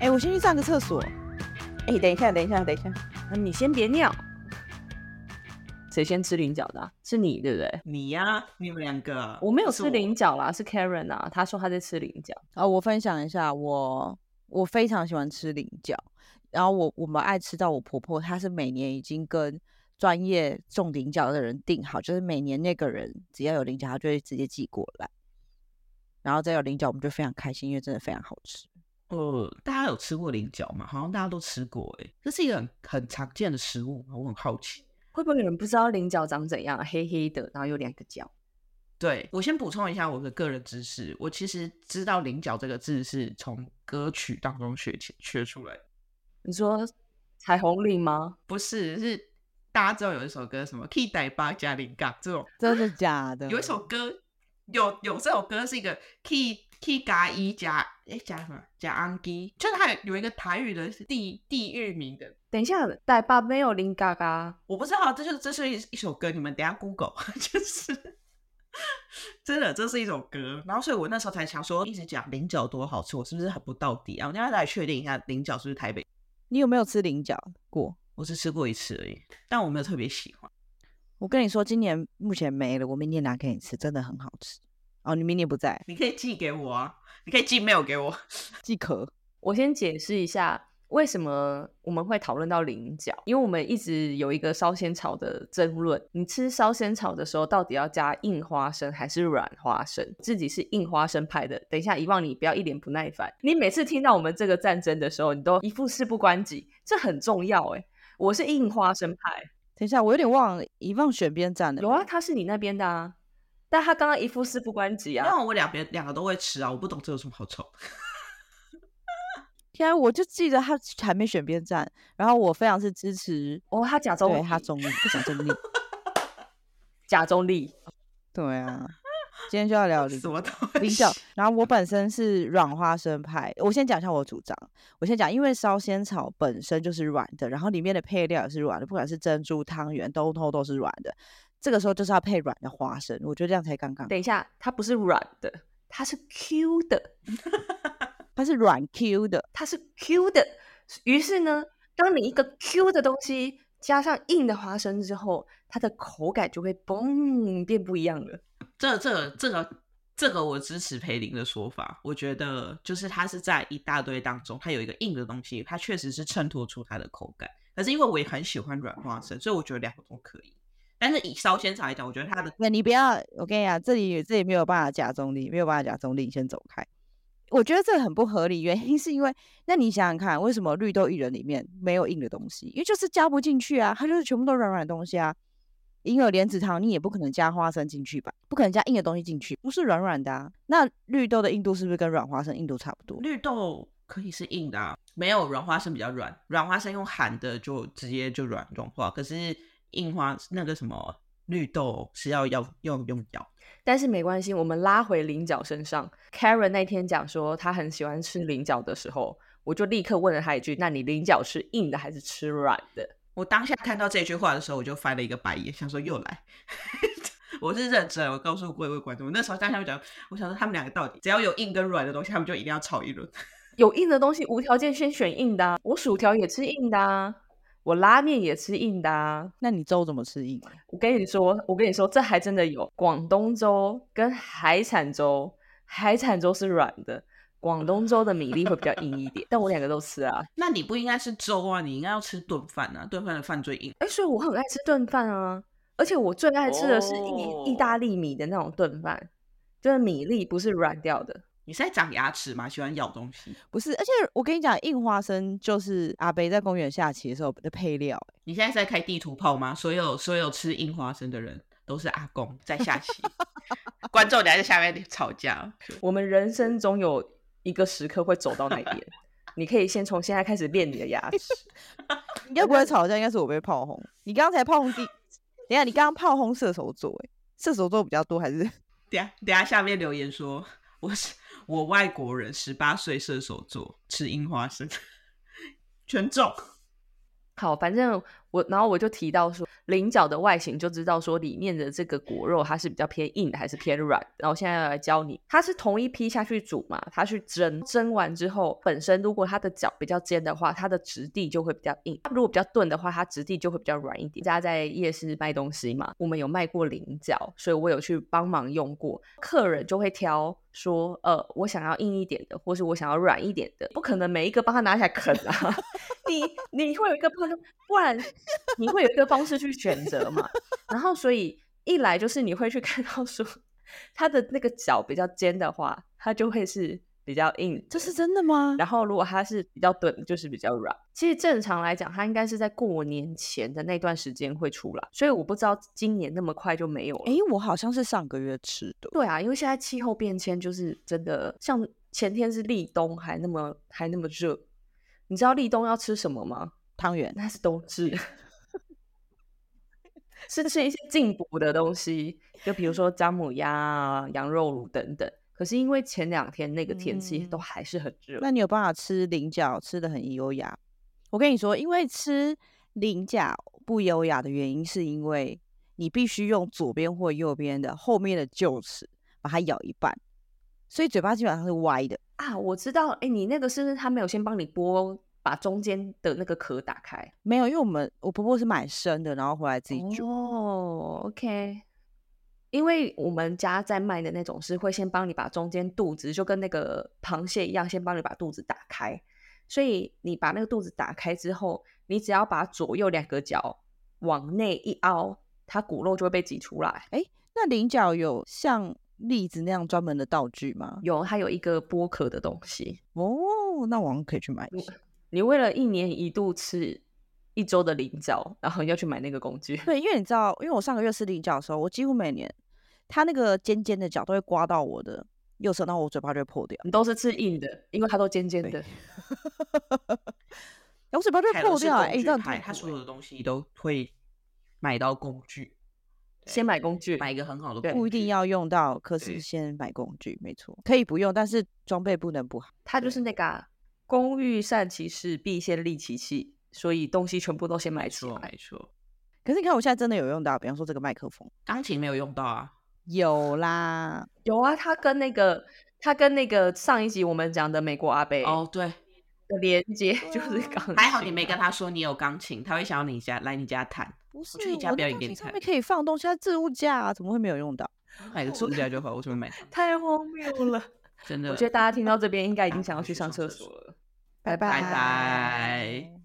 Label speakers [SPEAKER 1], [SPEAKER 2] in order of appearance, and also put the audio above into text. [SPEAKER 1] 哎、我先去上个厕所。哎、等一下，等一下，等一下，
[SPEAKER 2] 啊你先别尿。谁先吃菱角的啊、是你对不对？
[SPEAKER 3] 你呀、你们两个，
[SPEAKER 2] 我没有
[SPEAKER 3] 不是
[SPEAKER 2] 吃菱角啦，是 Karen 啊，她说她在吃菱角。
[SPEAKER 1] 啊，我分享一下，我我非常喜欢吃菱角，然后我我们爱吃到我婆婆，她是每年已经跟专业种菱角的人定好，就是每年那个人只要有菱角，她就会直接寄过来，然后再有菱角，我们就非常开心，因为真的非常好吃。
[SPEAKER 3] 呃，大家有吃过菱角吗？好像大家都吃过、欸，哎，这是一个很很常见的食物，我很好奇。
[SPEAKER 2] 会不会有人不知道菱角长怎样啊？黑黑的，然后有两个角。
[SPEAKER 3] 对我先补充一下我的个人知识，我其实知道菱角这个字是从歌曲当中学起学出来的，
[SPEAKER 2] 你说彩虹菱吗？
[SPEAKER 3] 不是是大家知道有一首歌什么 “key 带八加零杠”这种，
[SPEAKER 1] 真的假的？
[SPEAKER 3] 有一首歌有有这首歌是一个 “key key 嘎一加哎加什么加安基”，就是它有有一个台语的地地域名的
[SPEAKER 2] 等一下，带爸没有菱啊嘎嘎，
[SPEAKER 3] 我不知道，这就是这是一一首歌，你们等一下 Google，就是真的，这是一首歌。然后，所以我那时候才想说，一直讲菱角多好吃，我是不是很不到底啊？我现在来确定一下，菱角是不是台北？
[SPEAKER 1] 你有没有吃菱角过？
[SPEAKER 3] 我只吃过一次而已，但我没有特别喜欢。
[SPEAKER 1] 我跟你说，今年目前没了，我明年拿给你吃，真的很好吃。哦，你明年不在，
[SPEAKER 3] 你可以寄给我啊，你可以寄 mail 给我。
[SPEAKER 1] 即可。
[SPEAKER 2] 我先解释一下为什么我们会讨论到菱角，因为我们一直有一个烧仙草的争论。你吃烧仙草的时候，到底要加硬花生还是软花生？自己是硬花生派的。等一下，遗忘你不要一脸不耐烦。你每次听到我们这个战争的时候，你都一副事不关己，这很重要哎、我是硬花生派，
[SPEAKER 1] 等一下，我有点忘了，遗忘选边站了。
[SPEAKER 2] 有啊，，他是你那边的啊，但他刚刚一副事不关己啊。
[SPEAKER 3] 那我两边两个都会吃啊，我不懂这有什么好丑。
[SPEAKER 1] 天啊，我就记得他还没选边站，然后我非常是支持，
[SPEAKER 2] 哦，他假中
[SPEAKER 1] 对
[SPEAKER 2] 立，
[SPEAKER 1] 他中立，讲中立，
[SPEAKER 2] 假中立，
[SPEAKER 1] 对啊。今天就要聊菱
[SPEAKER 3] 什么东
[SPEAKER 1] 菱
[SPEAKER 3] 西
[SPEAKER 1] 角？，然后我本身是软花生派。我先讲一下我的主张，我先讲，因为烧仙草本身就是软的，然后里面的配料也是软的，不管是珍珠汤圆、都都都是软的。这个时候就是要配软的花生，我觉得这样才刚刚，
[SPEAKER 2] 等一下，它不是软的，它是 Q 的，
[SPEAKER 1] 它是软 Q 的，
[SPEAKER 2] 它是 Q 的。于是呢，当你一个 Q 的东西加上硬的花生之后，它的口感就会嘣变不一样了。
[SPEAKER 3] 这这这个这个我支持裴林的说法，我觉得就是它是在一大堆当中，它有一个硬的东西，它确实是衬托出它的口感。可是因为我也很喜欢软花生，所以我觉得两个都可以。但是以烧仙草来讲，我觉得它的
[SPEAKER 1] 那你不要，我跟你讲，这里这里没有办法假中立，没有办法假中立，你先走开。我觉得这很不合理，原因是因为，那你想想看，为什么绿豆薏仁里面没有硬的东西？因为就是加不进去啊，它就是全部都软软的东西啊。银耳莲子汤你也不可能加花生进去吧？不可能加硬的东西进去，不是软软的啊。那绿豆的硬度是不是跟软花生硬度差不多？
[SPEAKER 3] 绿豆可以是硬的、啊，没有软花生比较软，软花生用含的就直接就软融化，可是硬花那个什么绿豆是要要要用咬。
[SPEAKER 2] 但是没关系，我们拉回菱角身上。Karen 那天讲说她很喜欢吃菱角的时候，我就立刻问了她一句：“那你菱角是硬的还是吃软的
[SPEAKER 3] 我当下看到这句话的时候，我就翻了一个白眼，想说又来。 我是认真，我告诉各位观众，我那时候当下就讲，我想说他们两个到底只要有硬跟软的东西，他们就一定要吵一轮。？”
[SPEAKER 2] 有硬的东西无条件先选硬的啊、我薯条也吃硬的、啊，我拉面也吃硬的、啊。
[SPEAKER 1] 那你粥怎么吃硬？啊
[SPEAKER 2] 我跟你说，我跟你说，这还真的有广东粥跟海产粥，海产粥是软的，广东粥的米粒会比较硬一点。但我两个都吃啊，
[SPEAKER 3] 那你不应该吃粥啊，你应该要吃炖饭啊，炖饭的饭最硬。
[SPEAKER 2] 哎，所以我很爱吃炖饭啊，而且我最爱吃的是意、意
[SPEAKER 3] 哦
[SPEAKER 2] 大利米的那种炖饭，就是米粒不是软掉的。
[SPEAKER 3] 你是在长牙齿吗？喜欢咬东西？
[SPEAKER 1] 不是，而且我跟你讲，硬花生就是阿北在公园下棋的时候的配料、
[SPEAKER 3] 你现在是在开地图炮吗？所有所有吃硬花生的人都是阿公在下棋， 观众你还在下面吵架。哦
[SPEAKER 2] 我们人生总有一个时刻会走到那一 边，你可以先从现在开始练你的牙齿。
[SPEAKER 1] 应该不会吵架，应该是我被炮轰。你刚才 炮轰第，等一下你刚刚炮轰射手座、欸，射手座比较多还是？
[SPEAKER 3] 等下等下下面留言说我是我外国人，十八岁射手座，吃樱花生，全中。
[SPEAKER 2] 好，反正我然后我就提到说，菱角的外形就知道说里面的这个果肉它是比较偏硬的还是偏软。然后现在要来教你，它是同一批下去煮嘛，它去蒸，蒸完之后本身如果它的角比较尖的话，它的质地就会比较硬；如果比较钝的话，它质地就会比较软一点。大家在夜市卖东西嘛，我们有卖过菱角，所以我有去帮忙用过，客人就会挑。说呃，我想要硬一点的，或是我想要软一点的，不可能每一个帮他拿起来啃啊，你你会有一个方，不然你会有一个方式去选择嘛。然后所以一来就是你会去看到说它的那个脚比较尖的话，它就会是比较硬，
[SPEAKER 1] 这是真的吗？
[SPEAKER 2] 然后如果它是比较钝的，就是比较软。其实正常来讲，它应该是在过年前的那段时间会出来，所以我不知道今年那么快就没有了。
[SPEAKER 1] 诶，我好像是上个月吃的，
[SPEAKER 2] 对啊，因为现在气候变迁，就是真的像前天是立冬，还那么还那么热。你知道立冬要吃什么吗？
[SPEAKER 1] 汤圆
[SPEAKER 2] 那是冬至， 是吃一些进补的东西，就比如说姜母鸭啊、羊肉炉等等。可是因为前两天那个天气
[SPEAKER 1] 嗯
[SPEAKER 2] 都还是很热，
[SPEAKER 1] 那你有办法吃菱角吃的很优雅？我跟你说，因为吃菱角不优雅的原因，是因为你必须用左边或右边的后面的臼齿把它咬一半，所以嘴巴基本上是歪的。
[SPEAKER 2] 啊，我知道，哎、你那个是不是他没有先帮你剥，把中间的那个壳打开？
[SPEAKER 1] 没有，因为我们我婆婆是买生的，然后回来自己煮。
[SPEAKER 2] 哦，OK。因为我们家在卖的那种是会先帮你把中间肚子，就跟那个螃蟹一样，先帮你把肚子打开。所以你把那个肚子打开之后，你只要把左右两个角往内一凹，它骨肉就会被挤出来。
[SPEAKER 1] 那菱角有像栗子那样专门的道具吗？
[SPEAKER 2] 有，它有一个剥壳的东西。
[SPEAKER 1] 哦，那我好像可以去买一
[SPEAKER 2] 我
[SPEAKER 1] 下。
[SPEAKER 2] 你为了一年一度吃一周的菱角，然后要去买那个工具。
[SPEAKER 1] 对，因为你知道，因为我上个月吃菱角的时候，我几乎每年它那个尖尖的角都会刮到我的右手，然后我嘴巴就会破掉。
[SPEAKER 2] 你都是吃硬的，因为它都尖尖的。
[SPEAKER 1] 然后嘴巴就
[SPEAKER 3] 凯
[SPEAKER 1] 会
[SPEAKER 3] 伦
[SPEAKER 1] 破
[SPEAKER 3] 是
[SPEAKER 1] 掉、欸，
[SPEAKER 3] 工
[SPEAKER 1] 哎、
[SPEAKER 3] 具
[SPEAKER 1] 这样
[SPEAKER 3] 派他所有的东西都会买到工具，对
[SPEAKER 2] 先买工具，
[SPEAKER 3] 买一个很好的
[SPEAKER 2] 对
[SPEAKER 3] 工具，
[SPEAKER 1] 不一定要用到，可
[SPEAKER 3] 对
[SPEAKER 1] 是先买工具，没错，可以不用，但是装备不能不好。
[SPEAKER 2] 它就
[SPEAKER 3] 对
[SPEAKER 2] 是那个啊、工欲善其事，必先利其器”，所以东西全部都先买
[SPEAKER 3] 没
[SPEAKER 2] 起
[SPEAKER 3] 错
[SPEAKER 2] 来。
[SPEAKER 3] 没错。
[SPEAKER 1] 可是你看，我现在真的有用到，比方说这个麦克风，
[SPEAKER 3] 钢琴没有用到啊，
[SPEAKER 1] 有啦，
[SPEAKER 2] 有啊，它跟那个，它跟那个上一集我们讲的美国阿贝
[SPEAKER 3] 哦对，
[SPEAKER 2] 的连接 就是
[SPEAKER 1] 啊
[SPEAKER 2] 钢琴、
[SPEAKER 3] 还好你没跟。他说你有钢琴，他会想要你家来你家弹，
[SPEAKER 1] 不是
[SPEAKER 3] 去你家
[SPEAKER 1] 我
[SPEAKER 3] 表
[SPEAKER 1] 那
[SPEAKER 3] 演
[SPEAKER 1] 钢
[SPEAKER 3] 给
[SPEAKER 1] 琴
[SPEAKER 3] 你
[SPEAKER 1] 上
[SPEAKER 3] 看
[SPEAKER 1] 面可以放东西，它置物架啊，怎么会没有用到？
[SPEAKER 3] 买个书架就好，为什么买它？
[SPEAKER 2] 太荒谬了！
[SPEAKER 3] 真的，
[SPEAKER 2] 我觉得大家听到这边应该已
[SPEAKER 3] 大
[SPEAKER 2] 经
[SPEAKER 3] 家
[SPEAKER 2] 想要
[SPEAKER 3] 可以
[SPEAKER 2] 去
[SPEAKER 3] 去
[SPEAKER 2] 上厕
[SPEAKER 3] 上厕
[SPEAKER 2] 所了。
[SPEAKER 1] 拜
[SPEAKER 3] 拜拜。